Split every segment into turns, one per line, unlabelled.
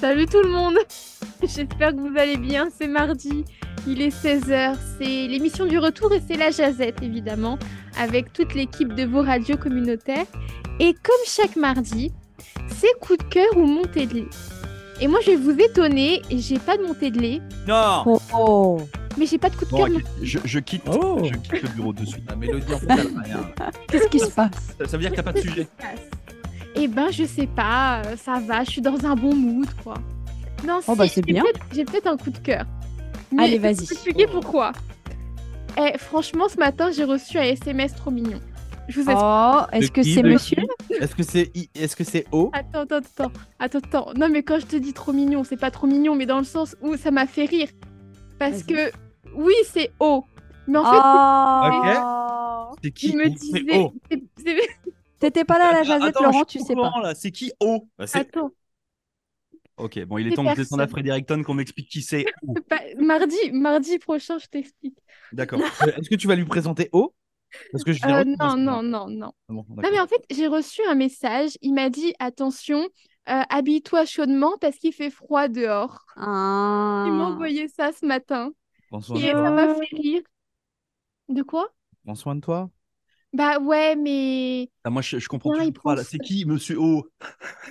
Salut tout le monde J'espère que vous allez bien, c'est mardi, il est 16h, c'est l'émission du retour et c'est la jazette évidemment, avec toute l'équipe de vos radios communautaires. Et comme chaque mardi, c'est coup de cœur ou montée de lait. Et moi je vais vous étonner, j'ai pas de montée de lait,
Non
Oh, oh.
mais j'ai pas de coup de
Bon,
cœur.
ok, je, je quitte,
Oh.
je quitte le bureau de suite.
La mélodie en fait, elle a rien.
Qu'est-ce qui se passe
Ça, ça veut dire que t'as pas de sujet.
Et ben je sais pas, euh, ça va, je suis dans un bon mood quoi. Non,
Oh,
si,
bah, c'est
j'ai
bien.
peut-être- J'ai peut-être un coup de cœur. Mais
Allez,
je vais
vas-y.
vous expliquer pourquoi. Eh, franchement, ce matin, j'ai reçu un SMS trop mignon. Je vous explique.
Oh, est-ce que
qui,
c'est
de
monsieur
qui Est-ce que c'est I Est-ce que c'est O
Attends, attends, attends, attends, attends. Non, mais quand je te dis trop mignon, c'est pas trop mignon, mais dans le sens où ça m'a fait rire. Parce que,
Vas-y.
oui, c'est haut. Mais en fait,
Oh
C'est qui
il me
O C'est
disait.
O.
c'est- c'est-
T'étais pas là à la jazette,
Attends,
Laurent,
je
tu
suis
sais
au
pas.
courant, là, C'est qui O Bah, c'est-
Attends,
Ok, bon, il est
Des
temps de descendre à
personnes.
Fredericton qu'on m'explique qui c'est O.
pas- mardi, mardi prochain, je t'explique.
D'accord. Euh, Est-ce que tu vas lui présenter O Parce que je l'ai
Euh,
retenu dans
non,
ce
non,
moment.
non, non.
Ah bon,
Non,
d'accord.
mais en fait, j'ai reçu un message. Il m'a dit attention, euh, habille-toi chaudement parce qu'il fait froid dehors.
Ah.
Il m'a envoyé ça ce matin.
Prends soin de
Et
toi.
ça m'a fait rire. De quoi
Prends soin de toi.
Bah ouais, mais.
Ah, moi, je, je comprends
Non, il
toujours pas. là.
pense-
C'est qui, monsieur O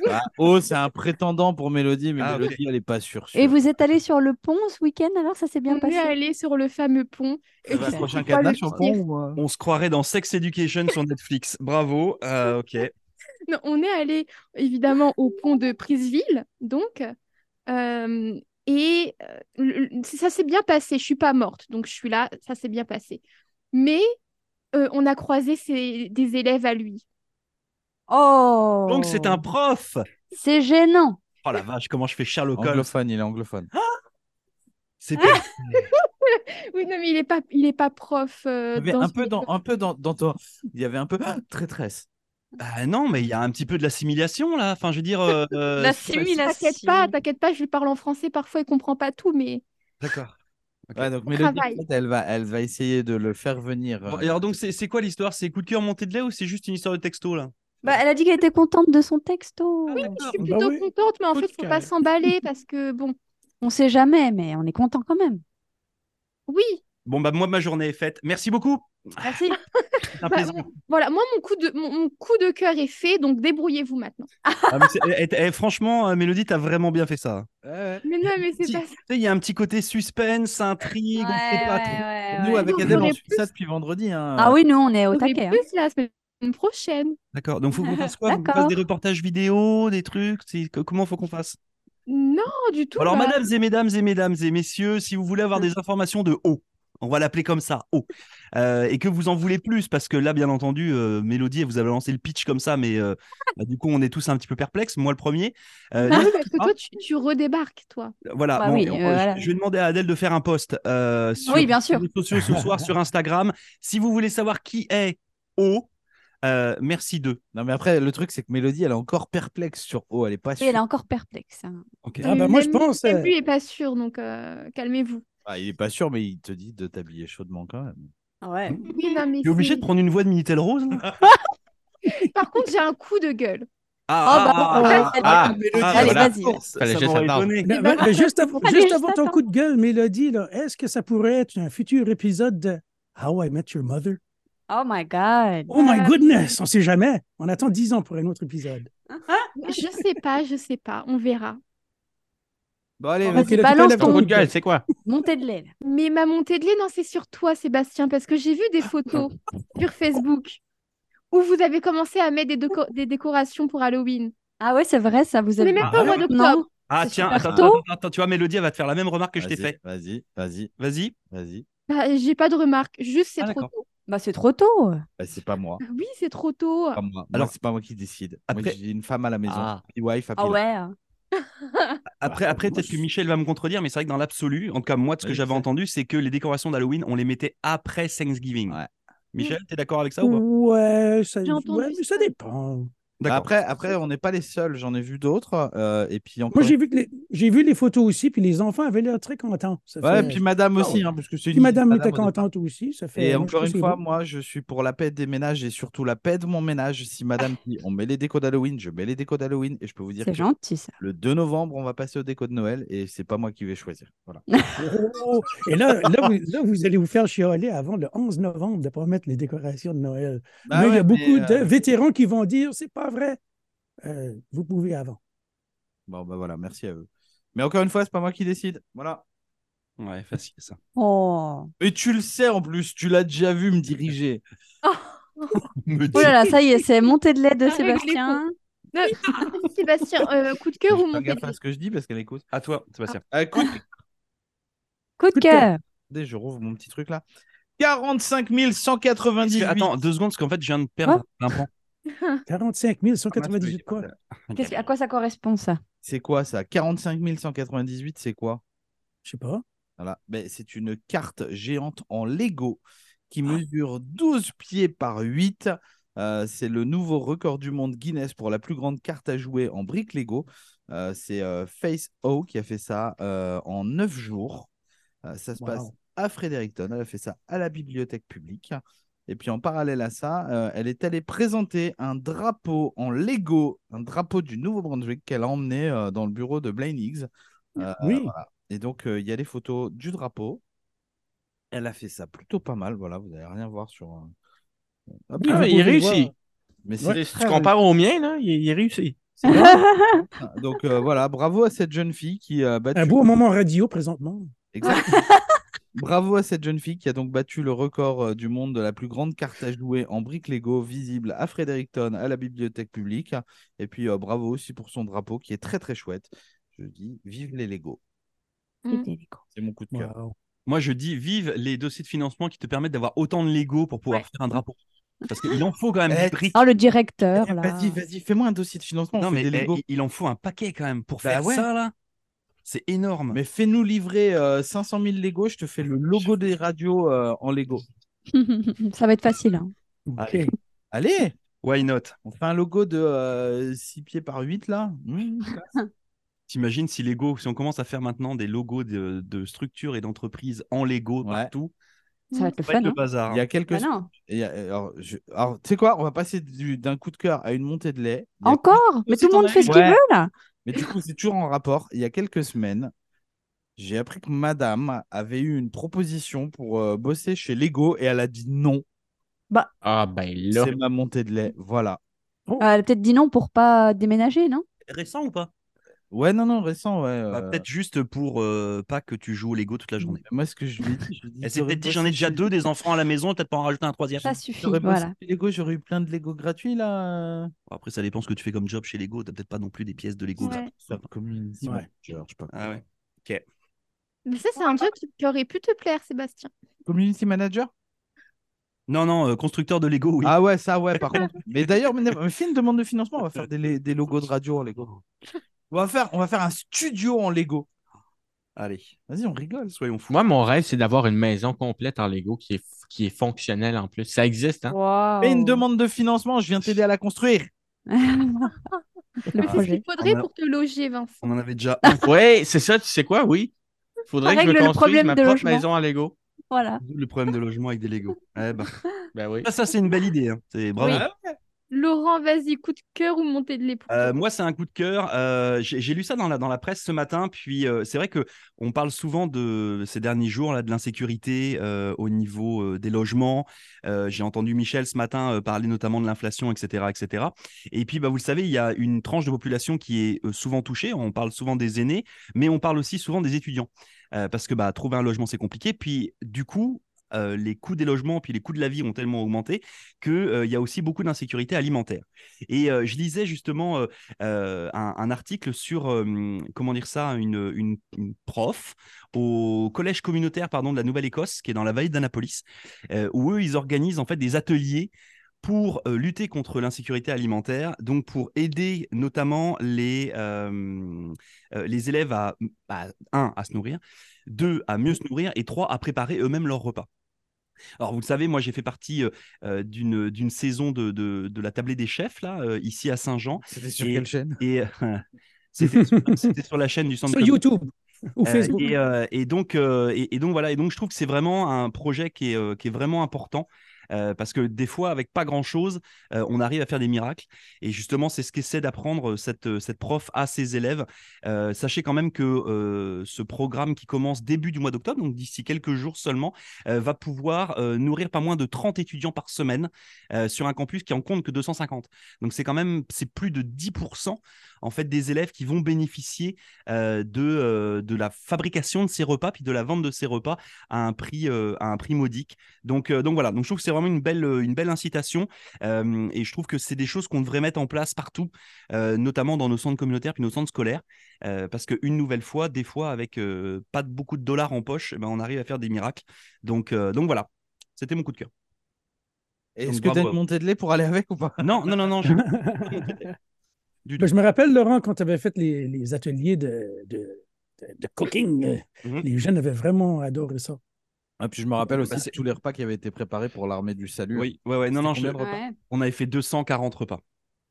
Bah, o, c'est un prétendant pour Mélodie, mais
Ah, ok.
Mélodie, elle est pas sûre. sûre.
Et vous êtes allé sur le pont ce week-end alors Ça s'est bien
on est
passé
allé sur le fameux pont.
Ça va,
Ok.
prochain
Pourquoi
cadenas
le
sur le
dire
pont ou, euh, On se croirait dans Sex Education sur Netflix. Bravo. euh, ok.
Non, on est allé évidemment au pont de Priseville, donc. euh, et euh, le- le- ça s'est bien passé. Je suis pas morte, donc je suis là. Ça s'est bien passé. Mais euh, on a croisé ses- des élèves à lui.
Oh
Donc, c'est un prof.
C'est gênant
Oh la vache, comment je fais Sherlock Holmes
Anglophone, il est anglophone.
C'était
Oui, non, mais il est pas, il est pas prof. euh,
Il y avait
dans
un
une
peu dans, un peu dans, dans ton- Il y avait un peu Ah, traîtresse.
Ah non, mais il y a un petit peu de l'assimilation là. Enfin, je veux dire. euh, euh,
T'inquiète pas, t'inquiète pas, je lui parle en français parfois, il comprend pas tout, mais
D'accord. Ok.
Ouais, donc Mélodie, en
travaille.
fait, elle va, elle va essayer de le faire venir. euh,
Bon, et alors donc, c'est c'est quoi l'histoire C'est coup de cœur monté de lait ou c'est juste une histoire de texto là
bah, Elle a dit qu'elle était contente de son texto.
Ah, Oui.
je suis
bah
plutôt
oui.
contente, mais en
Coup
fait,
de
faut pas
cœur.
s'emballer parce que bon,
On sait jamais, mais on est content quand même.
oui,
Bon bah moi ma journée est faite. Merci beaucoup.
Merci.
C'est un
Bah,
plaisir.
voilà, moi mon coup de mon, mon coup de cœur est fait, donc débrouillez-vous maintenant.
Ah, mais c'est- eh, eh, eh, franchement, euh, Mélodie, t'as vraiment bien fait ça.
Ouais, ouais.
Mais non, mais c'est
Si.
pas ça.
Tu sais, il y a un petit côté suspense, intrigue. on sait pas trop.
Nous, avec
Donc,
Adèle, on
j'aurais
suit ça depuis vendredi. hein.
Ah oui, nous, on est au
J'aurai
taquet. hein.
plus la semaine prochaine.
D'accord. Donc faut qu'on fasse quoi Faut qu'on fasse
D'accord.
des reportages vidéo, des trucs. c'est- que- Comment faut qu'on fasse
Non, du tout.
Alors
bah,
mesdames et mesdames et mesdames et messieurs, si vous voulez avoir
Hum.
des informations de haut. On va l'appeler comme ça, haut. Euh, et que vous en voulez plus, parce que là, bien entendu, euh, Mélodie, elle vous avez lancé le pitch comme ça, mais euh, bah, du coup, on est tous un petit peu perplexes, moi le premier. Euh,
bah oui, parce que toi, tu, tu redébarques, toi.
Voilà,
Ah. Bah
bon,
oui,
on-
euh,
je-
voilà.
je vais demander à Adèle de faire un post euh, sur
Oui, bien sûr.
les réseaux sociaux ce soir sur Instagram. Si vous voulez savoir qui est O, euh, merci d'eux.
Non, mais après, le truc, c'est que Mélodie, elle est encore perplexe sur O. Elle est pas
Et
sûre.
elle est encore perplexe. hein.
Ok.
Ah bah moi, je
Même-
pense,
même
euh,
lui est pas sûr, donc euh, calmez-vous.
Ah, il est pas sûr, mais il te dit de t'habiller chaudement quand même.
Ouais.
Oui, non, mais
T'es obligé
c'est-
de prendre une voix de Minitel Rose là
Par contre, j'ai un coup de gueule.
Ah, bah, ouais, elle-
Ah,
Allez,
voilà.
vas-y.
Fallait
Ça
que ça
m'aurait
tarde.
étonné.
Mais- mais- mais juste avant,
Allez,
juste
je
avant ton
t'attends.
coup de gueule, Mélodie, là, est-ce que ça pourrait être un futur épisode de How I Met Your Mother?
Oh my God.
Oh
Euh,
my goodness, on sait jamais. On attend 10 ans pour un autre épisode.
Je sais pas, je sais pas, on verra.
Bon, allez,
Ok,
Ah, vas-y.
là, tu peux
balance
lève
ton
coup de gueule.
c'est quoi
Montée de lait. là.
Mais ma montée de lait, non, c'est sur toi, Sébastien, parce que j'ai vu des photos sur Facebook où vous avez commencé à mettre des, déco- des décorations pour Halloween.
Ah ouais, c'est vrai, ça vous
On
avez
est même pas au mois
Non.
d'octobre.
Ah
C'est
tiens,
super
attends,
tôt.
attends, attends, tu vois, Mélodie, elle va te faire la même remarque que je t'ai
Vas-y,
fait.
Vas-y, vas-y,
Vas-y.
vas-y.
Bah, j'ai pas de remarque, juste c'est
Ah,
trop
d'accord.
tôt.
Bah, c'est trop tôt.
Bah, c'est pas moi.
Ah Oui, c'est trop tôt.
Ah.
Pas moi. Alors,
Alors-
c'est pas moi qui décide. Moi,
Après-
j'ai une femme à la maison.
Ah.
Happy wife, happy
Ah
life.
ouais.
Après, après
moi,
peut-être
je-
que Michel va me contredire, mais c'est vrai que dans l'absolu, en tout cas, moi, de ce que
Oui,
j'avais
c'est-
entendu, c'est que les décorations d'Halloween, on les mettait après Thanksgiving.
Ouais.
Michel, t'es d'accord avec ça
Mm.
ou pas
Ouais, ça,
J'ai entendu
ouais, mais
ça.
ça dépend.
D'accord.
Après, après, on n'est pas les seuls. J'en ai vu d'autres. euh, et puis encore.
Moi, j'ai vu que les, J'ai vu les photos aussi, puis les enfants avaient l'air très contents. Ça
Ouais,
fait-
puis madame
Ah
aussi,
ouais.
hein, parce que c'est
puis
une-
madame, était
au départ.
contente aussi. Ça fait...
Et
moi, je
encore
trouve
une
que c'est
fois,
beau.
moi, je suis pour la paix des ménages et surtout la paix de mon ménage. Si madame dit on met les décos d'Halloween, je mets les décos d'Halloween et je peux vous dire que
C'est gentil, ça.
le 2 novembre, on va passer aux décos de Noël et c'est pas moi qui vais choisir. Voilà.
Oh, Et là, là, vous, là, vous allez vous faire chialer avant le 11 novembre de ne pas mettre les décorations de Noël.
Bah
mais il y
ouais,
a beaucoup
euh,
de vétérans qui vont dire c'est pas vrai. Euh, vous pouvez avant.
Bon, bah voilà, merci à eux. Mais encore une fois, c'est pas moi qui décide. Voilà.
Ouais, facile ça.
Oh.
Et tu le sais en plus, tu l'as déjà vu me diriger.
Me dit-
Oh là là, ça y est, c'est montée de lait de
Avec les
Sébastien.
Non, Sébastien, euh, coup de cœur ou
Je fais
mon
gaffe à ce que je dis parce qu'elle écoute.
À toi, Sébastien.
Ah, écoute,
Coup de
Coup de cœur.
cœur.
attendez, je rouvre mon petit truc là. 45
Parce que-
198.
Attends, deux secondes, parce qu'en fait, je viens de perdre un pan.
Ah.
45
Ah,
198 quoi?
Qu'est-ce que- à quoi ça correspond, ça
C'est quoi ça 45 198, c'est quoi
Je sais pas.
Voilà. Ben, c'est une carte géante en Lego qui
Ah.
mesure 12 pieds par 8. Euh, c'est le nouveau record du monde Guinness pour la plus grande carte à jouer en briques Lego. Euh, c'est euh, Face O qui a fait ça euh, en 9 jours. Euh, ça se passe
Wow.
à Fredericton. Elle a fait ça à la bibliothèque publique. Et puis en parallèle à ça, euh, elle est allée présenter un drapeau en Lego, un drapeau du Nouveau-Brunswick qu'elle a emmené euh, dans le bureau de Blaine Higgs. Euh,
Oui.
voilà. Et donc euh, il y a les photos du drapeau. Elle a fait ça plutôt pas mal. Voilà, vous n'allez rien voir sur. euh, hop
Oui,
là.
vous
Ah, il
pouvez
réussit.
Mais c'est
Ouais.
Si
très
tu compares au mien, là, il, il réussit.
c'est vrai. Donc euh, voilà, bravo à cette jeune fille qui euh, a battu.
Un beau moment radio présentement.
Exactement. Bravo à cette jeune fille qui a donc battu le record euh, du monde de la plus grande carte à jouer en briques Lego visible à Fredericton, à la bibliothèque publique. Et puis euh, bravo aussi pour son drapeau qui est très très chouette. Je dis vive les Lego.
Mm.
Il est élégant.
C'est mon coup de cœur.
Wow.
Moi, je dis vive les dossiers de financement qui te permettent d'avoir autant de Lego pour pouvoir
Ouais.
faire un drapeau. Parce qu'il en faut quand même
Eh,
des briques.
Oh, le directeur,
Eh,
là.
Vas-y, vas-y, fais-moi un dossier de financement.
Non,
on fait
mais
des
eh,
Lego.
il- il en faut un paquet quand même pour
Bah
faire
ouais.
ça, là. C'est énorme.
Mais fais-nous livrer euh, 500 000 Lego, je te fais le logo des radios euh, en Lego.
ça va être facile. hein.
Ah,
OK.
Allez.
Allez,
Why not
on fait un logo de 6 pieds par 8 là. Mmh.
T'imagines si Lego, si on commence à faire maintenant des logos de, de structures et d'entreprises en Lego
Ouais.
partout,
Ça va être le
ça va
fun.
être le
hein.
bazar.
Il y a quelques
Bah non.
Et, euh, alors, je- alors, tu sais quoi, on va passer du- d'un coup de cœur à une montée de lait. Il y a-
Encore Mais tout le monde fait ce qu'il
Ouais.
veut, là.
Mais du coup, c'est toujours en rapport. Il y a quelques semaines, j'ai appris que madame avait eu une proposition pour euh, bosser chez Lego et elle a dit non.
Bah.
Ah,
bah,
ben là.
C'est ma montée de lait. Voilà.
Ah, elle a peut-être dit non pour pas déménager, non
Récent ou pas
Ouais, non, non, récent, ouais. euh,
hein. Bah, Peut-être juste pour euh, pas que tu joues au Lego toute la journée.
Moi, ce que je lui ai dit, je lui ai dit,
Elle s'est
j'aurais
peut-être dit j'en ai
bossé
déjà
chez-
deux des enfants à la maison, peut-être pas en rajouter un troisième.
Ça suffit,
j'aurais bossé
voilà.
chez Lego, j'aurais eu plein de Lego gratuits là.
Bon, Après, ça dépend ce que tu fais comme job chez Lego. T'as peut-être pas non plus des pièces de Lego.
Ouais.
gratuites.
Ça, community
Ouais.
manager, je sais pas.
Ah ouais.
Mais ça, c'est un job qui- qui aurait pu te plaire, Sébastien.
Community manager
Non, non, euh, constructeur de Lego, oui.
Ah ouais, ça ouais, par contre. Mais d'ailleurs, mais mais fais une demande de financement, on va faire des, des logos de radio en Lego. On va faire, on va faire un studio en Lego.
Allez,
Vas-y, on rigole.
soyons fous.
Moi, mon rêve, c'est d'avoir une maison complète en Lego qui est, qui est fonctionnelle en plus. Ça existe, hein?
Fais une
Wow.
demande de financement, je viens t'aider à la construire.
le
Mais C'est ce
projet.
qu'il faudrait
On a-
pour te loger, Vincent.
On en avait déjà un.
Oui, c'est ça, tu sais quoi, oui. Faudrait
Ça
que je me
règle le
construise
problème
ma
de
propre
logement.
maison en Lego.
Voilà.
le problème de logement avec des Lego. Eh ben.
Ben oui.
Ça, ça, c'est une belle idée. hein. C'est bravo.
Oui.
Laurent, vas-y, coup de cœur ou montée de l'époux
Euh, moi, c'est un coup de cœur. Euh, J'ai j'ai lu ça dans la, dans la presse ce matin. Puis, euh, c'est vrai que on parle souvent de ces derniers jours là de l'insécurité euh, au niveau euh, des logements. Euh, J'ai entendu Michel ce matin euh, parler notamment de l'inflation, etc., etc. Et puis, bah, vous le savez, il y a une tranche de population qui est euh, souvent touchée. On parle souvent des aînés, mais on parle aussi souvent des étudiants Euh, parce que bah, trouver un logement c'est compliqué. Puis, du coup. euh, les coûts des logements puis les coûts de la vie ont tellement augmenté qu'il y a aussi beaucoup d'insécurité alimentaire. Et euh, je lisais justement euh, euh, un, un article sur, euh, hum, comment dire ça, une, une- une prof au collège communautaire pardon, de la Nouvelle-Écosse, qui est dans la vallée d'Annapolis, euh, où eux, ils organisent en fait des ateliers pour euh, lutter contre l'insécurité alimentaire, donc pour aider notamment les, euh, euh, les élèves à, à, un, à se nourrir, deux, à mieux se nourrir, et trois, à préparer eux-mêmes leur repas. Alors, vous le savez, moi, j'ai fait partie euh, euh, d'une d'une saison de, de- de la tablée des chefs, là, euh, ici à Saint-Jean.
C'était sur
Et-
quelle chaîne
Et euh, C'était sur, c'était sur la chaîne du centre.
Sur
commun.
YouTube ou
Euh,
Facebook.
et, euh, et donc, euh, et, et donc voilà. Et donc je trouve que c'est vraiment un projet qui est, euh, qui est vraiment important. euh, parce que des fois, avec pas grand-chose, euh, on arrive à faire des miracles. Et justement, c'est ce qu'essaie d'apprendre euh, cette, euh, cette prof à ses élèves. Euh, sachez quand même que euh, ce programme qui commence début du mois d'octobre, donc d'ici quelques jours seulement, euh, va pouvoir euh, nourrir pas moins de 30 étudiants par semaine euh, sur un campus qui en compte que 250. Donc c'est quand même c'est plus de 10% en fait des élèves qui vont bénéficier euh, de, euh, de la fabrication de ces repas, puis de la vente de ces repas à un prix, euh, à un prix modique. Donc, euh, donc voilà, donc je trouve que c'est vraiment une belle, euh, une belle incitation euh, et je trouve que c'est des choses qu'on devrait mettre en place partout, euh, notamment dans nos centres communautaires puis nos centres scolaires, euh, parce qu'une nouvelle fois, des fois, avec euh, pas de, beaucoup de dollars en poche, eh ben, on arrive à faire des miracles. Donc, euh, donc voilà, c'était mon coup de cœur.
Est-ce
Donc,
que
bravo
t'as
à
une
vous.
montée de lait pour aller avec ou pas
Non, non, non, non, je... du
Ben, je me rappelle, Laurent, quand tu avais fait les, les ateliers de, de, de- de cooking, euh,
Mm-hmm.
Mhm.
les jeunes avaient vraiment adoré ça.
Ah, puis je me rappelle aussi
Bah,
de
c'est-
tous les repas qui avaient été préparés pour l'armée du salut.
Oui, ouais, ouais, non, non,
C'était
je-
combien de repas
on avait fait 240 repas.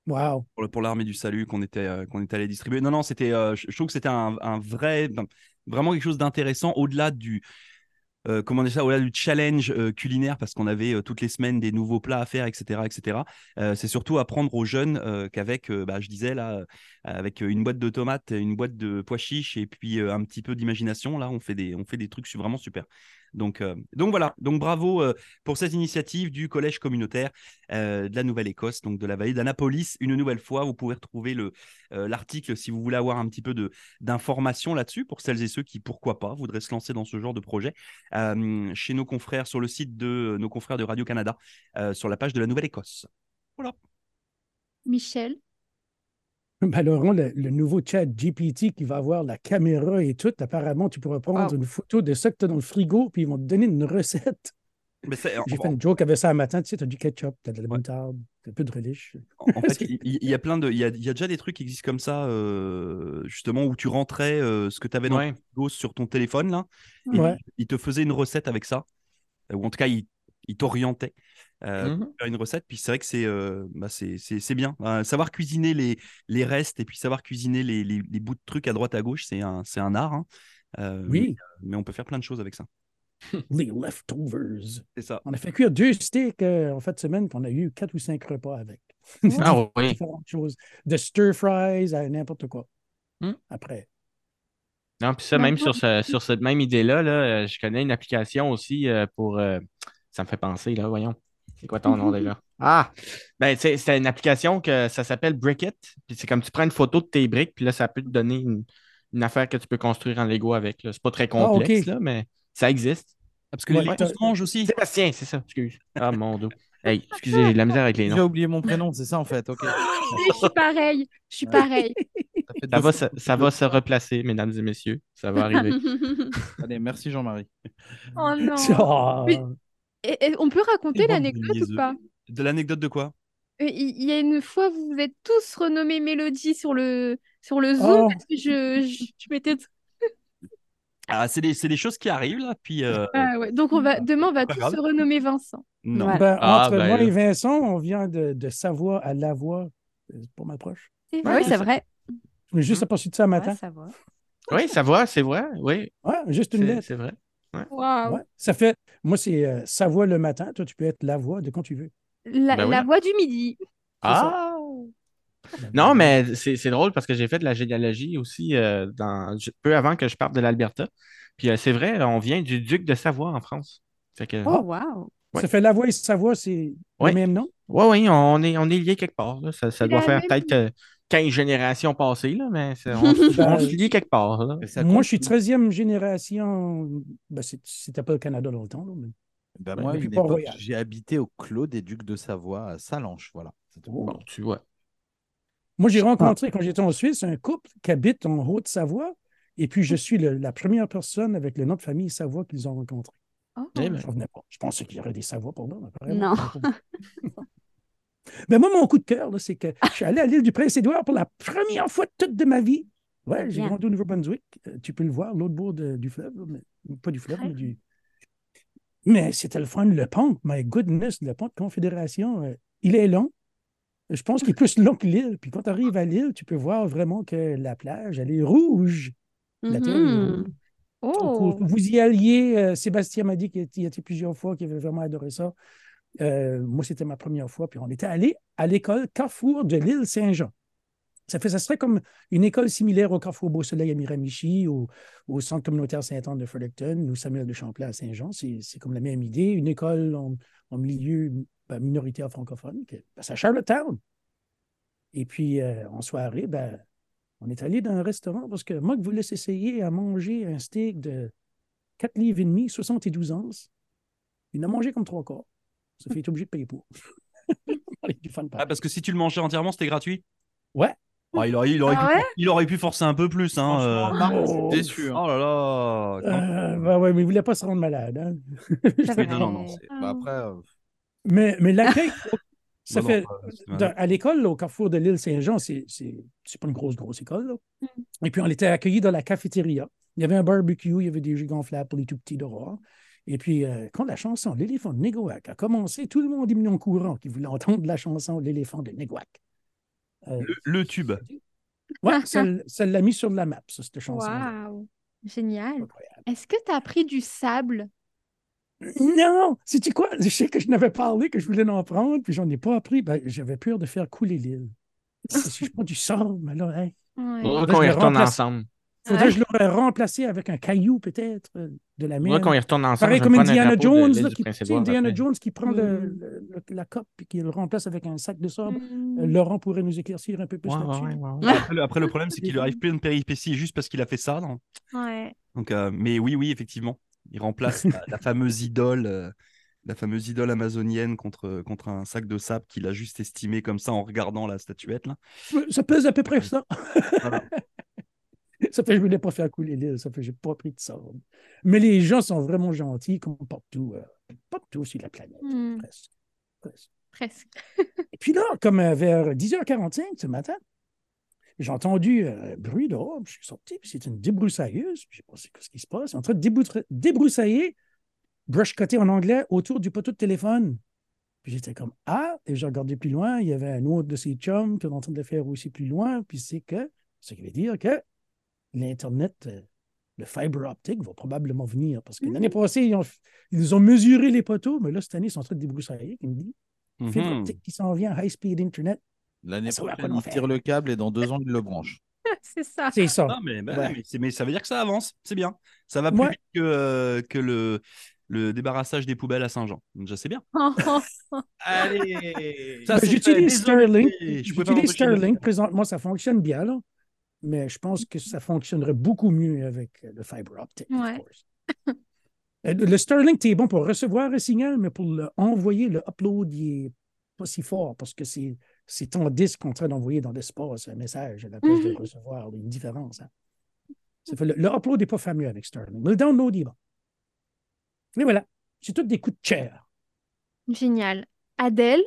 Wow.
pour, le- pour l'armée du salut qu'on était, euh, qu'on était allé distribuer. Non, non, c'était, euh, je, je trouve que c'était un, un vrai, ben, vraiment quelque chose d'intéressant au-delà du, euh, comment dire ça, au-delà du challenge euh, culinaire parce qu'on avait euh, toutes les semaines des nouveaux plats à faire, etc., etc. Euh, c'est surtout apprendre aux jeunes euh, qu'avec, euh, bah, je disais là, euh, avec euh, une boîte de tomates, une boîte de pois chiches et puis euh, un petit peu d'imagination, là, on fait des, on fait des trucs su- vraiment super. Donc, euh, donc voilà, donc bravo euh, pour cette initiative du collège communautaire euh, de la Nouvelle-Écosse, donc de la vallée d'Annapolis. Une nouvelle fois, vous pouvez retrouver le, euh, l'article si vous voulez avoir un petit peu de, d'informations là-dessus pour celles et ceux qui, pourquoi pas, voudraient se lancer dans ce genre de projet euh, chez nos confrères sur le site de euh, nos confrères de Radio-Canada euh, sur la page de la Nouvelle-Écosse.
Michel,
Ben, Laurent, le, le nouveau chat GPT qui va avoir la caméra et tout, apparemment, tu pourras prendre
Wow.
une photo de ça que tu as dans le frigo, puis ils vont te donner une recette.
Mais c'est-
J'ai fait une joke avec ça un matin, tu sais, tu as du ketchup, tu as de la moutarde, t'as un peu de relish.
En fait, il il- il y, a plein de, il y a, il y a déjà des trucs qui existent comme ça, euh, justement où tu rentrais euh, ce que tu avais dans
Ouais.
ton frigo sur ton téléphone là.
Mm.
et
Ouais.
il- il te faisait une recette avec ça, euh, ou en tout cas il, il t'orientait. euh,
Mhm.
faire une recette. Puis c'est vrai que c'est euh, bah, c'est- c'est c'est bien. Euh, savoir cuisiner les, les restes et puis savoir cuisiner les, les- les bouts de trucs à droite à gauche, c'est un, c'est un art. hein.
Mm.
Euh,
Oui,
Mais, mais on peut faire plein de choses avec ça.
les leftovers.
C'est ça.
On a fait cuire deux steaks euh, en fin de semaine, puis on a eu quatre ou cinq repas avec.
Ah oui.
Différentes choses. De stir fries à n'importe quoi.
Hmm.
Après.
Non, puis ça,
Ben,
même
toi-
sur, ce- sur cette même idée-là, là, euh, je connais une application aussi euh, pour. euh, ça me fait penser, là, voyons. C'est quoi ton nom déjà? Ah! Ben, tu sais, c'est une application que ça s'appelle Brickit. Puis c'est comme tu prends une photo de tes briques, puis là, ça peut te donner une, une affaire que tu peux construire en Lego avec. là. C'est pas
Ah,
très complexe,
ok.
là, mais ça existe.
parce que
Ouais,
les
ouais.
légumes se mangent aussi.
Sébastien, c'est ça, excuse. Ah mon dieu. Hey, excusez, j'ai de la misère avec les
J'ai
noms.
oublié mon prénom, c'est ça en fait. Ok.
je suis pareil, je suis pareil.
Ça fait
Ça
deux
va,
fois.
se- ça va se replacer, mesdames et messieurs. Ça va arriver.
Allez, merci Jean-Marie.
oh non.
Ah,
Oui. Et- et on peut raconter
Des bandes de
l'anecdote ou
niaiseux.
pas
De l'anecdote de quoi
Euh, Il il y a une fois, vous vous êtes tous renommés Mélodie sur le, sur le Zoom
Oh.
parce que je, je, je m'étais.
Ah, c'est des, c'est des choses qui arrivent là. Puis euh,
Ah ouais. Donc on va, demain, on va
Pas
tous
grave.
se renommer Vincent.
non.
Ouais.
Ben,
Ah,
entre
ben
moi
là.
et Vincent, on vient de, de Savoie à Lavoie, euh, pour ma proche.
C'est
Ah oui, c'est vrai.
Je me suis juste
Mm-hmm.
aperçu de ça un
Ouais,
matin.
ça va.
Oui, ça va, c'est vrai. Oui,
Ouais, juste une
c'est Ah
lettre.
c'est vrai.
Waouh.
Ouais. Ça fait, moi, c'est euh, Savoie le matin. Toi, tu peux être Lavoie de quand tu veux.
La,
Ben
la
oui.
voix du midi.
Ah! Non, mais c'est c'est drôle parce que j'ai fait de la généalogie aussi euh, dans, je- peu avant que je parte de l'Alberta. Puis euh, c'est vrai, on vient du duc de Savoie en France. Fait que,
Oh, wow.
Ça fait Lavoie et Savoie, c'est
Ouais.
le même nom.
ouais, ouais, on est, on est lié quelque part. là. Ça, ça
C'est
doit
la
faire
même-
peut-être euh, 15 générations passées, là, mais c'est- on, se-
Ben,
on se lie quelque part. là.
Mais ça
moi,
compte.
je suis 13e génération. Ben, c'est- C'était pas le Canada longtemps. là, mais-
Ben,
Ben,
moi, à
depuis
une époque,
Port-Royal.
j'ai habité au Clos des Ducs de Savoie à Salanches. Voilà. C'est tout.
Bon, tu vois.
Moi, j'ai
Ah.
rencontré, quand j'étais en Suisse, un couple qui habite en Haute-Savoie. Et puis,
Mm-hmm.
je suis le- la première personne avec le nom de famille Savoie qu'ils ont rencontré.
Oh.
Eh ben,
Je revenais pas. Je pensais qu'il y aurait des Savoies pour moi. mais
Non.
vraiment. Mais moi, mon coup de cœur, là, c'est que je suis allé à l'île du Prince-Édouard pour la première fois de toute de ma vie. Ouais, j'ai
Bien.
grandi au Nouveau-Brunswick. Euh, tu peux le voir, l'autre bord de- du fleuve. là, mais- pas du fleuve,
Ouais.
mais du. Mais c'était le fun, le pont. My goodness, le pont de Confédération. euh, il est long. Je pense qu'il est plus long que l'île. Puis quand tu arrives à l'île, tu peux voir vraiment que la plage, elle est rouge. La terre est rouge.
Mhm.
Oh.
Vous y alliez. euh, Sébastien m'a dit qu'il y était plusieurs fois, qu'il avait vraiment adoré ça. Euh, moi, c'était ma première fois. Puis on était allé à l'école Carrefour de l'île Saint-Jean. Ça, fait, ça serait comme une école similaire au Carrefour Beau-Soleil à Miramichi, au, au Centre communautaire Saint-Anne de Fredericton ou Samuel de Champlain à Saint-Jean. C'est c'est comme la même idée. Une école en, en milieu ben, minoritaire francophone. que- ben, c'est à Charlottetown. Et puis, euh, en soirée, ben, on est allé dans un restaurant parce que Marc voulait s'essayer à manger un steak de 4 livres et demi, 72 onces. Il en a mangé comme trois quarts. Ça fait, il est obligé de payer pour. On est du fun
Ah,
party.
parce que si tu le mangeais entièrement, c'était gratuit
Ouais.
Ah, il, aurait, il aurait
Ah
pu, il aurait pu forcer un peu plus. Hein, euh.
Franchement, Marc,
Oh.
c'est déçu. hein.
Oh là là
Euh, ben ouais, mais il voulait pas se rendre malade. hein.
Oui, non, non, non.
C'est- bah
Ah.
après, euh,
Mais, mais l'accueil, ça
Non, non,
fait,
ouais.
dans- à l'école, là, au carrefour de l'île Saint-Jean, c'est c'est- c'est pas une grosse, grosse école. là. Et puis, on était accueillis dans la cafétéria. Il y avait un barbecue, il y avait des jeux gonflables pour les tout petits dehors. Et puis, euh, quand la chanson L'éléphant de Négoac a commencé, tout le monde est venu en courant qui voulait entendre la chanson L'éléphant de Négoac. Euh,
Le, le tube.
ouais, ça l- ça l'a mis sur de la map, ça, cette chanson.
Waouh. Génial. Est-ce que tu as pris du sable
Non, sais-tu quoi? Je sais que je n'avais parlé, que je voulais en prendre, puis j'en ai pas appris. Ben, j'avais peur de faire couler l'île. Si je prends du sable, mais là, hein,
Ouais.
Faudra
Faudrait
qu'on
que
y
je le
retourne
remplace.
ensemble.
faudrait
Ouais.
que je l'aurais remplacé avec un caillou, peut-être, euh, de la
Faudra
mer.
qu'on y retourne ensemble.
Pareil
je vais
comme
prendre un
Indiana
drapeau de
Jones,
l'île
là,
du
qui, tu sais,
Prince-Édouard
Indiana
après.
Jones qui prend le-
Mm.
le- le- la cope et qui le remplace avec un sac de sable.
Hmm.
Euh, Laurent pourrait nous éclaircir un peu plus
Ouais, ouais,
là-dessus.
ouais, ouais, ouais.
Après, le- après, le problème, c'est qu'il lui arrive plein de péripéties juste parce qu'il a fait ça. non
Ouais.
Donc, euh, mais oui, oui, effectivement. Il remplace la, la fameuse idole. euh, la fameuse idole amazonienne contre, contre un sac de sable qu'il a juste estimé comme ça en regardant la statuette. Là.
Euh, Ça pèse à peu près ça.
Voilà.
Ça fait que je voulais pas faire couler l'île, ça fait que j'ai pas pris de sable. Mais les gens sont vraiment gentils, comme partout, euh, partout sur la planète,
Hmm.
presque. Presque.
Presque.
Et puis là, comme euh, vers 10h45 ce matin, j'ai entendu euh, un bruit dehors, puis je suis sorti, puis c'est une débroussailleuse, puis je pensais qu'est-ce qui se passe, Elle est en train de déboutra- débroussailler, brush côté en anglais, autour du poteau de téléphone. Puis j'étais comme Ah, et j'ai regardé plus loin, il y avait un autre de ses chums qui était en train de le faire aussi plus loin, puis c'est que, ce qui veut dire que l'Internet, euh, le fibre optique va probablement venir, parce que l'année passée, ils ont, ils ont mesuré les poteaux, mais là, cette année, ils sont en train de débroussailler, qui me dit fibre
Mhm.
optique qui s'en vient, high-speed Internet.
Ah,
L'année
Ça, on va pas
prochaine,
l'en
il
faire.
tire le câble et dans deux ans, il le branche.
C'est ça.
C'est ça.
Non, mais, bah,
Ouais.
mais, c'est- mais ça veut dire que ça avance. C'est bien. Ça va plus
Ouais.
vite que, euh, que le, le débarrassage des poubelles à Saint-Jean. Déjà, c'est bien.
Oh.
Allez
Ben, J'utilise Starlink.
Je peux pas
J'utilise
m'empêcher de le
Starlink.
faire.
Présentement, ça fonctionne bien, là. Mais je pense que ça fonctionnerait beaucoup mieux avec euh, le fibre optique. of
Ouais.
course. Euh, Le Starlink, tu es bon pour recevoir un signal, mais pour l'envoyer, le upload, il n'est pas si fort parce que c'est c'est ton disque en train d'envoyer dans l'espace un message à la place de le recevoir. Il y a une différence. hein. Ça fait le, le upload n'est pas fameux avec Starlink, mais le download, il est bon. Et voilà. C'est tous des coups de chair.
Génial. Adèle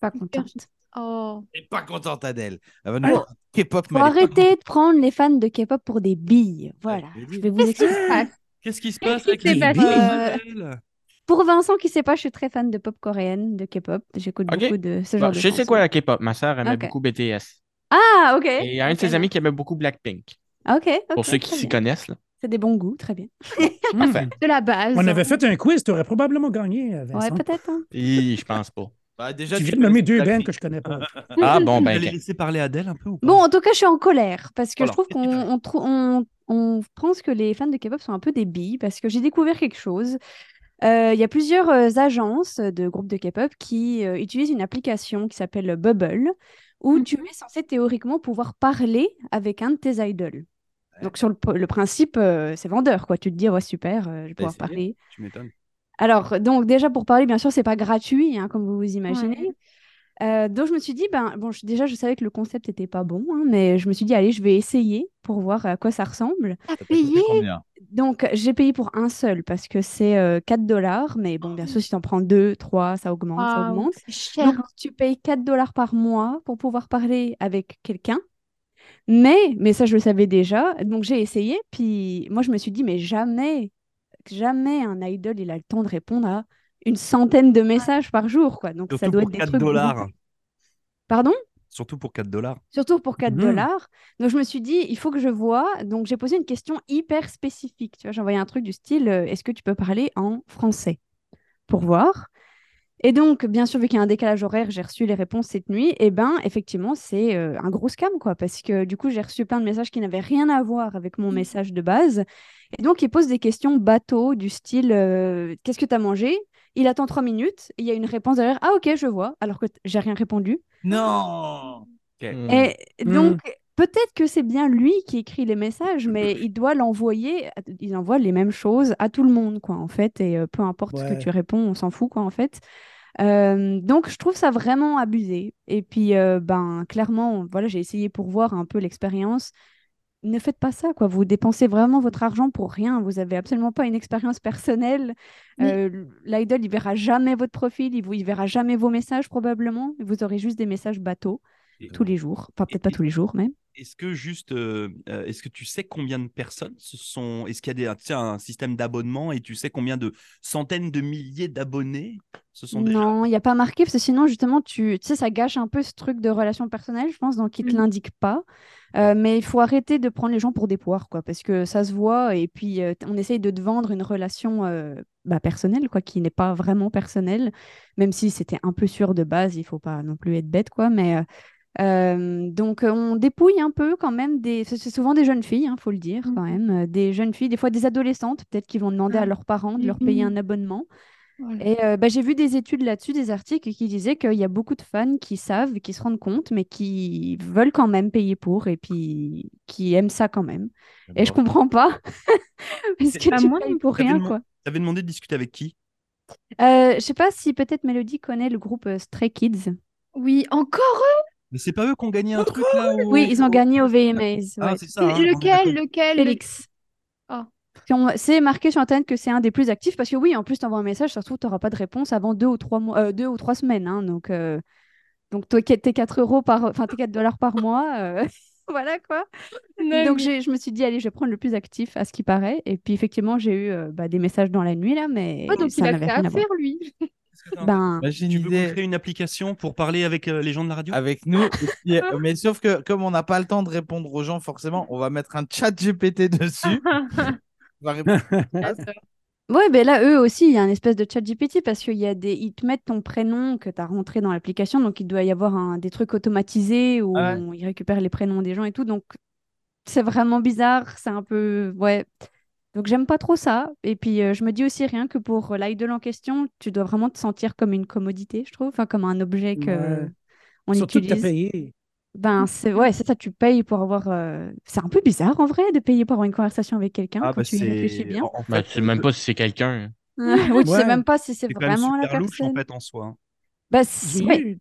Pas contente.
Oh.
Elle est pas contente, Adèle. Elle va nous faire un K-pop,
Faut
mais elle est pas
arrêter de prendre les fans de K-pop pour des billes. Voilà.
Ouais,
Je vais vous expliquer.
Qu'est-ce qui se passe
qui
avec
s'est
les
passé
poubelles
Pour Vincent qui sait pas, je suis très fan de pop coréenne, de K-pop. J'écoute
Ok.
beaucoup de ce
Bon,
genre de
je sais
chansons.
quoi la K-pop. Ma sœur aimait
Ok.
beaucoup BTS.
Ah, ok.
Et il y a un de ses
Ok.
amis qui aimait beaucoup Blackpink.
Ah, Ok. ok,
Pour ceux qui
très
s'y
bien.
connaissent. là.
C'est des bons goûts, très bien. Mm.
Parfait.
De la base.
On avait fait un quiz, tu aurais probablement gagné, euh,
Ouais,
Vincent.
peut-être. hein.
Hi, je pense pas.
Bah, déjà,
tu viens de nommer deux bands que je connais pas.
Mmh.
Ah bon,
Vous
ben.
allez
ok.
laisser parler Adèle un peu ou pas
Bon, en tout cas, je suis en colère parce que
Alors,
je trouve
qu'est-ce
qu'on on trou- on- on pense que les fans de K-pop sont un peu des billes parce que j'ai découvert quelque chose. Euh, Il y a plusieurs euh, agences de groupes de K-pop qui euh, utilisent une application qui s'appelle Bubble où
Mmh
tu es censé théoriquement pouvoir parler avec un de tes idoles. Donc sur le, po- le principe, euh, c'est vendeur quoi. Tu te dis ouais super, euh, je vais pouvoir
Bah, c'est bien.
parler.
Tu m'étonnes.
Alors, donc déjà pour parler, bien sûr, c'est pas gratuit, hein, comme vous vous imaginez. Euh, donc je me suis dit, ben bon, je- déjà je savais que le concept était pas bon, hein, mais je me suis dit, allez, je vais essayer pour voir à quoi ça ressemble.
T'as payé
Donc j'ai payé pour un seul parce que c'est euh, 4 dollars, mais bon, bien sûr, si t'en prends deux, trois, ça augmente, ça
Waouh,
augmente.
c'est cher.
Donc tu payes 4 dollars par mois pour pouvoir parler avec quelqu'un. Mais, mais ça je le savais déjà, donc j'ai essayé, puis moi je me suis dit, mais jamais, jamais un idol il a le temps de répondre à une centaine de messages par jour, quoi. Donc ça
Surtout
doit
pour
être des
4
trucs beaucoup
dollars.
Pardon
Surtout pour 4 dollars.
surtout pour 4
Mhm.
dollars. Donc, je me suis dit, il faut que je vois. Donc, j'ai posé une question hyper spécifique. Tu vois, j'ai envoyé un truc du style, euh, est-ce que tu peux parler en français pour voir Et donc, bien sûr, vu qu'il y a un décalage horaire, j'ai reçu les réponses cette nuit. Et ben, effectivement, c'est euh, un gros scam, quoi, parce que du coup, j'ai reçu plein de messages qui n'avaient rien à voir avec mon message de base. Et donc, ils posent des questions bateau du style, euh, qu'est-ce que tu as mangé il attend trois minutes, et il y a une réponse derrière. Ah ok, je vois. Alors que t- j'ai rien répondu.
Non
Et
Mm.
donc, peut-être que c'est bien lui qui écrit les messages, mais il doit l'envoyer, à- il envoie les mêmes choses à tout le monde, quoi, en fait, et euh, peu importe ce
Ouais.
que tu réponds, on s'en fout, quoi, en fait. Euh, donc, je trouve ça vraiment abusé. Et puis, euh, ben, clairement, voilà, j'ai essayé pour voir un peu l'expérience. Ne faites pas ça, quoi. Vous dépensez vraiment votre argent pour rien. Vous avez absolument pas une expérience personnelle.
Mais-
Euh, L'idol, il verra jamais votre profil. Il, vous, il verra jamais vos messages, probablement. Vous aurez juste des messages bateaux
Euh,
tous les jours. Enfin, peut-être pas tous les jours, mais.
Est-ce que juste, euh, euh, est-ce que tu sais combien de personnes se sont, est-ce qu'il y a des, un- tu sais, un système d'abonnement et tu sais combien de centaines de milliers d'abonnés se sont déjà.
Non, il n'y a pas marqué, parce que sinon, justement, tu, tu sais, ça gâche un peu ce truc de relation personnelle, je pense, donc ils ne te
Mhm.
l'indiquent pas. Euh, mais il faut arrêter de prendre les gens pour des poires, quoi, parce que ça se voit, et puis euh, t- on essaye de te vendre une relation euh, bah, personnelle, quoi, qui n'est pas vraiment personnelle, même si c'était un peu sûr de base, il faut pas non plus être bête, quoi, mais... euh, euh, donc euh, on dépouille un peu quand même des... C'est c'est souvent des jeunes filles, il faut le dire quand
Mhm.
même, euh, des jeunes filles, des fois des adolescentes peut-être qui vont demander à
Ah.
leurs parents de leur payer
Mhm.
un abonnement.
Voilà.
Et euh, bah, j'ai vu des études là-dessus, des articles qui disaient qu'il y a beaucoup de fans qui savent, qui se rendent compte, mais qui veulent quand même payer pour et puis qui aiment ça quand même.
Ah
Et je comprends pas, parce
C'est
que
pas
tu
moi
payes
non
pour
plus.
rien,
T'avais
quoi.
T'avais demandé de discuter avec qui
Euh, je sais pas si peut-être Mélodie connaît le groupe euh, Stray Kids.
Oui, encore
Mais c'est pas eux qui ont gagné un truc là au-
Oui, ils ont gagné au VMAs.
Ah,
ouais.
c'est ça.
eux
hein, on est
Lequel
d'accord.
Lequel
Félix.
Ah.
Puis on- C'est marqué sur Internet que c'est un des plus actifs parce que oui, en plus, t'envoies un message, ça se trouve, t'auras pas de réponse avant deux ou trois, mois, euh, deux ou trois semaines. hein, donc, euh, donc toi, tes 4 euros par, enfin, tes 4 dollars par mois, euh, voilà quoi.
Non,
Donc,
mais-
j'ai- je me suis dit, allez, je vais prendre le plus actif à ce qui paraît. Et puis, effectivement, j'ai eu euh, bah, des messages dans la nuit là, mais
Ah, donc
ça
il a que
n'avait
ça
rien
à
à voir.
faire, lui.
Ben,
Imagine
Tu veux
l'idée
qu'on crée Bah, une application pour parler avec euh, les gens de la radio
avec nous. et puis, euh, mais sauf que comme on n'a pas le temps de répondre aux gens, forcément, on va mettre un chat GPT dessus. On va répondre.
Ah,
Ouais, ben là, eux aussi, il y a un espèce de chat GPT parce qu'il y a des... ils te mettent ton prénom que tu as rentré dans l'application, donc il doit y avoir un... des trucs automatisés où
Ah ouais.
on- ils récupèrent les prénoms des gens et tout. Donc, c'est vraiment bizarre, c'est un peu... Ouais. Donc, j'aime pas trop ça. Et puis, euh, je me dis aussi, rien que pour euh, l'idol en question, tu dois vraiment te sentir comme une commodité, je trouve, enfin, comme un objet que
Ouais.
on
Surtout que t'as
utilise.
payé.
Ben, c'est... Ouais, c'est ça, tu payes pour avoir... euh, C'est un peu bizarre, en vrai, de payer pour avoir une conversation avec quelqu'un
Ah,
quand
ben
bah,
tu y
c'est-
réfléchis bien.
en- en fait,
Ben,
euh,
tu sais même pas si c'est quelqu'un.
oui, tu sais
Ouais.
même pas si c'est
C'est quand même
vraiment la
super louche
personne.
en fait en soi. hein.
Bah,
J'ai
c'est... ouais,
eu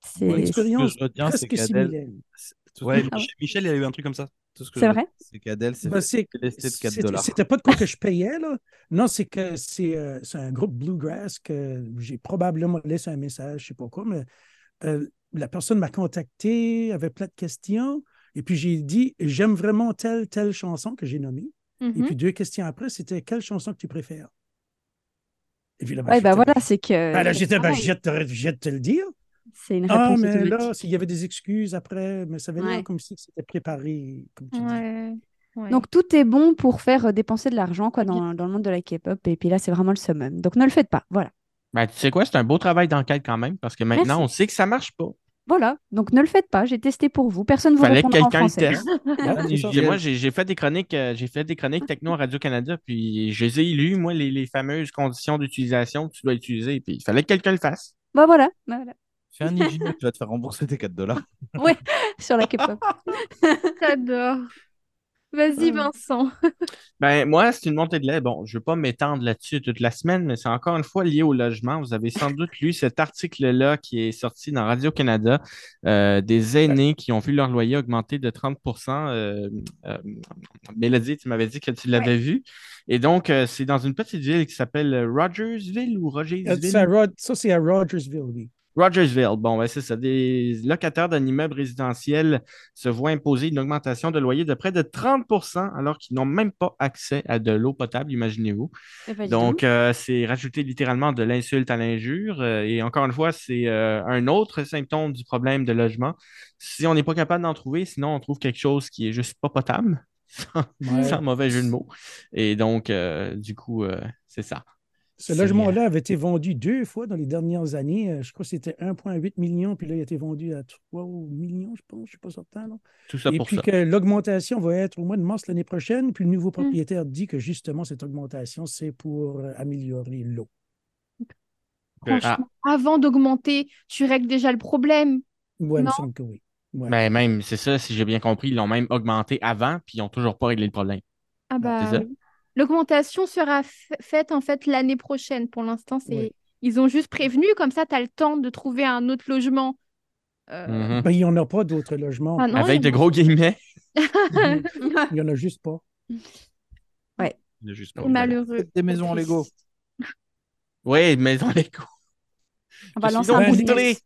c'est-
une expérience
Ce que je retiens, c'est
presque
qu'Adèle-
similaire.
Tout ce
Ouais,
que-
Ah ouais.
Michel, il a eu un truc comme ça.
tout ce que
C'est
je
vrai
retiens, C'est qu'Adèle, c'est
Ben, c'est-
délesté de 4
C'était
dollars.
c'était pas de quoi que je payais, là. Non, c'est que c'est euh, c'est un groupe Bluegrass que j'ai probablement laissé un message, je sais pas quoi, mais euh, la personne m'a contacté, avait plein de questions, et puis j'ai dit j'aime vraiment telle, telle chanson que j'ai nommée. Et
Mm-hmm.
Mhm.
puis deux questions après, c'était quelle chanson que tu préfères? Et puis là, ben,
Ouais,
j'étais-
bah voilà, c'est
Euh,
que...
Ben là,
c'est
j'étais, ben,
pareil.
j'ai de- j'ai de te le dire.
C'est une
Ah,
réponse
mais là,
automatique.
s'il y avait des excuses après, mais ça avait l'air
Ouais.
comme si c'était préparé, comme tu dis.
Ouais. ouais.
Donc, tout est bon pour faire euh, dépenser de l'argent, quoi,
Bien.
dans, dans le monde de la K-pop. Et puis là, c'est vraiment le summum. Donc, ne le faites pas. Voilà.
Ben, tu sais quoi, c'est un beau travail d'enquête quand même, parce que maintenant, on sait que ça marche pas.
Voilà. Donc, ne le faites pas. J'ai testé pour vous. Personne ne vous
Fallait que
répondra en
quelqu'un le
français. Ah,
Ouais,
teste.
c'est ça.
Puis moi, j'ai j'ai fait des chroniques, euh, j'ai fait des chroniques techno à Radio-Canada, puis je les ai lues, moi, les, les fameuses conditions d'utilisation que tu dois utiliser, puis il fallait que quelqu'un le fasse.
Bah voilà. Bah, voilà.
Fais un IGN, tu vas te faire rembourser tes 4 dollars.
Sur la K-pop.
J'adore. Vas-y, Vincent.
Ben, moi, c'est une montée de lait. Bon, je ne vais pas m'étendre là-dessus toute la semaine, mais c'est encore une fois lié au logement. Vous avez sans doute lu cet article-là qui est sorti dans Radio-Canada euh, des aînés qui ont vu leur loyer augmenter de 30 euh, euh, Mélodie, tu m'avais dit que tu l'avais vu. Et donc, euh, c'est dans une petite ville qui s'appelle Rogersville ou
Euh, c'est à
Rogersville.
Rod- Ça, c'est à Rogersville, oui.
Rogersville, bon, ben, c'est ça. Des locataires d'un immeuble résidentiel se voient imposer une augmentation de loyer de près de 30 alors qu'ils n'ont même pas accès à de l'eau potable, imaginez-vous.
Eh ben, dis
Donc,
donc.
euh, c'est rajouter littéralement de l'insulte à l'injure. euh, et encore une fois, c'est euh, un autre symptôme du problème de logement. Si on n'est pas capable d'en trouver, sinon on trouve quelque chose qui est juste pas potable, sans,
Ouais.
sans mauvais jeu de mots. Et donc, euh, du coup, euh, c'est ça.
Ce
C'est-
logement-là avait été vendu deux fois dans les dernières années. Euh, Je crois que c'était 1,8 million, puis là, il a été vendu à 3 millions, je pense. Je ne suis pas certain. là.
Tout ça
Et
pour
puis
ça.
que l'augmentation va être au mois de mars l'année prochaine. Puis le
Mm.
nouveau propriétaire dit que justement, cette augmentation, c'est pour euh, améliorer l'eau.
ah.
Franchement, avant d'augmenter, tu règles déjà le problème.
Ouais, il me
Non.
semble que oui. Ouais.
Ben, même, c'est ça, si j'ai bien compris, ils l'ont même augmenté avant, puis ils n'ont toujours pas réglé le problème.
Ah bah
ça.
oui. L'augmentation sera f- faite en fait l'année prochaine. Pour l'instant, c'est
Oui.
ils ont juste prévenu, comme ça, tu as le temps de trouver un autre logement. Euh,
Mhm.
Ben, il n'y en a pas d'autres logements.
ah non,
Avec
il-
de gros guillemets.
Il n'y en a juste pas.
Il y a juste
c'est
Oh,
pas-
bah.
malheureux.
Des maisons en Lego.
Oui, mais dans les cours.
On va
Je suis
lancer
donc
un
Ben,
business.
outré.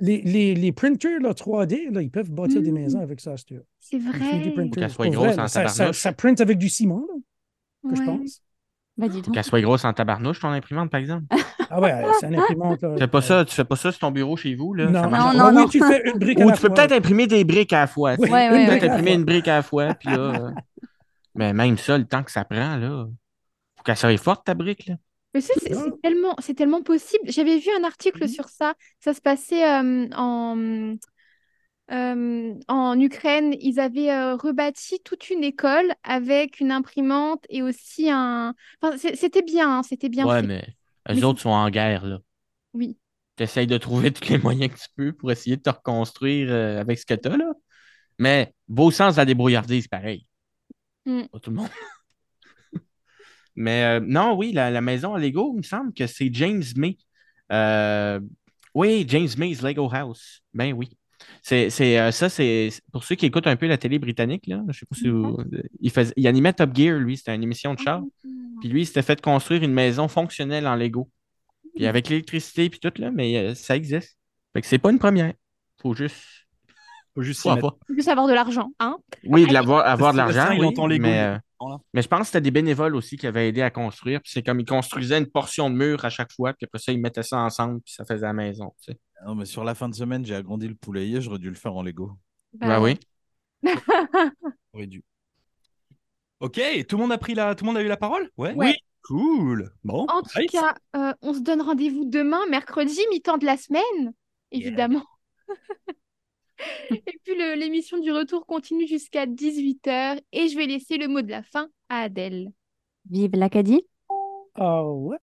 Les, les, les printers là, 3D, là, ils peuvent bâtir des
Mm.
maisons avec ça, c'est
C'est vrai.
Qu'elle soit grosse
ça,
en
ça,
tabarnouche.
ça print avec du ciment, là, que je
Ouais.
pense.
Ben, dis donc.
Qu'elle soit grosse en tabarnouche, ton imprimante, par exemple.
Ah ouais, c'est un imprimante. là.
Tu fais pas ça, tu fais pas ça sur ton bureau chez vous, là.
Non,
ça
non,
marche
pas.
non,
Non, non,
Oui, tu fais une brique à
Ou
la
tu peux
fois,
peut-être
là.
imprimer des briques à la fois. tu sais.
Ouais,
Ouais,
une
ouais,
brique
Peut-être
à la
imprimer
fois.
une brique à la fois, puis là. euh, Mais même ça, le temps que ça prend, là. Faut qu'elle soit forte, ta brique, là.
Mais ça, c'est
Non.
c'est tellement, c'est tellement possible. J'avais vu un article
Mmh.
sur ça. Ça se passait euh, en, euh, en Ukraine. Ils avaient euh, rebâti toute une école avec une imprimante et aussi un. Enfin, c'est- c'était bien, hein, c'était bien
ouais,
fait.
mais
Mais
eux autres sont en guerre, là.
Oui.
T'essayes de trouver tous les moyens que tu peux pour essayer de te reconstruire euh, avec ce que t'as, là. Mais beau sens de la débrouillardise, pareil.
Mm.
Pas tout le monde. Mais euh, non, oui, la, la maison à Lego, il me semble que c'est James May. Euh, oui, James May's Lego House. Ben oui. C'est, c'est, euh, ça, c'est c'est- pour ceux qui écoutent un peu la télé britannique, là. Je sais pas
Mm-hmm.
si vous- euh, il, faisait- il animait Top Gear, lui. C'était une émission de char. Puis lui, il s'était fait construire une maison fonctionnelle en Lego. Puis avec l'électricité, puis tout, là, mais euh, ça existe. Fait que c'est pas une première. Faut juste.
Faut juste s'y
faut
mettre.
avoir.
Faut Juste avoir de l'argent, hein.
Oui, de l'avoir, avoir de
Sébastien,
l'argent.
il
oui,
entend Lego,
mais,
il
euh,
entend, là.
mais je pense que c'était des bénévoles aussi qui avaient aidé à construire. Puis c'est comme ils construisaient une portion de mur à chaque fois, puis après ça, ils mettaient ça ensemble, puis ça faisait la maison. Tu sais.
Non, mais sur la fin de semaine, j'ai agrandi le poulailler, j'aurais dû le faire en Lego.
Ben oui.
J'aurais dû.
Ok, tout le monde a pris la, tout le monde a eu la parole. Ouais.
Ouais.
Cool. Bon.
En tout
nice.
cas, euh, on se donne rendez-vous demain, mercredi, mi-temps de la semaine, évidemment. et puis le- l'émission du retour continue jusqu'à 18h et je vais laisser le mot de la fin à Adèle.
Vive l'Acadie.
Ah ouais.